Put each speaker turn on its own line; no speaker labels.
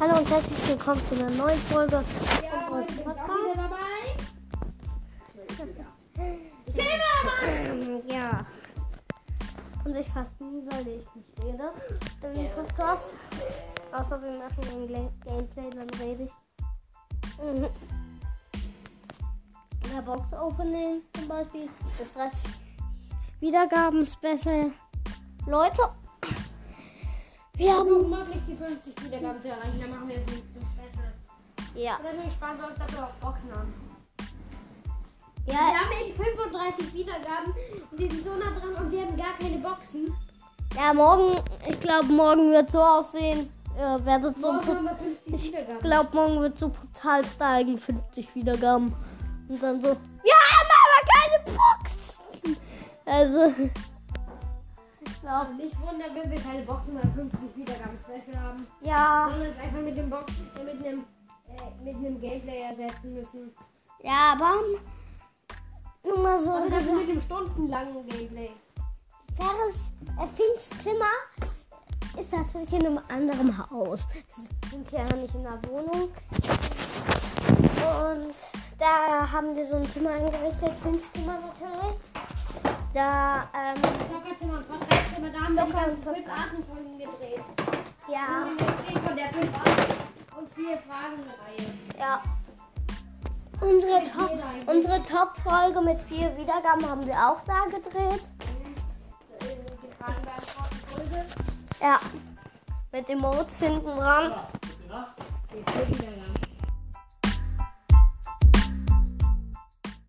Hallo und herzlich willkommen zu einer neuen Folge
Ja,
unseres
ich bin auch wieder
Podcasts.
dabei. Thema,
Ja. Und ich fast nie, weil ich nicht rede. Dann ist das das. Außer wir machen ein Gla- Gameplay, dann rede ich. Mhm. Der Box Opening zum Beispiel. Das 30 Wiedergaben Special. Leute. Wir
Mann!
haben.
Versuch möglichst die 50 Wiedergaben zu erreichen, dann machen wir jetzt nichts Special.
Ja.
Oder nee, sparen wir uns dafür auch Boxen an. Wir
Ja,
haben eben 35 Wiedergaben und wir sind so nah dran und wir haben gar keine Boxen.
ja morgen. Ich glaube, morgen wird so aussehen. Ihr werdet so ein
Morgen
Pro-
haben wir 50
Ich
Wiedergaben.
glaube, morgen wird so brutal steigen, 50 Wiedergaben. Und dann so, ja, Mama, keine Box! Also, ich glaube,
Nicht wundern, wenn wir keine Boxen an 50 Wiedergaben Special haben.
ja,
Sondern es einfach mit dem Box, äh, mit einem, äh, mit einem Gameplay ersetzen müssen.
ja, aber nur mal so genau.
Also das
gesagt,
mit dem stundenlangen Gameplay.
Ferris Erfingszimmer ist natürlich in einem anderen Haus. Wir sind ja nicht in der Wohnung. Und da haben wir so ein Zimmer eingerichtet, Finzimmer natürlich. Da, ähm,
Zockerzimmer und Podcastzimmer, da haben wir die
Zocker-
ganzen
und
fünf
Podcast.
Artenfolgen gedreht.
ja.
Und wir stehen von der fünf Arten und vier Fragenreihe.
Ja. Unsere
Mit
Top-
jeder eigentlich.
unsere Top-Folge mit vier Wiedergaben haben wir auch da gedreht.
Die Fragen beantworten Folge.
Ja. Mit Emotes hinten dran.
Die ist wieder da.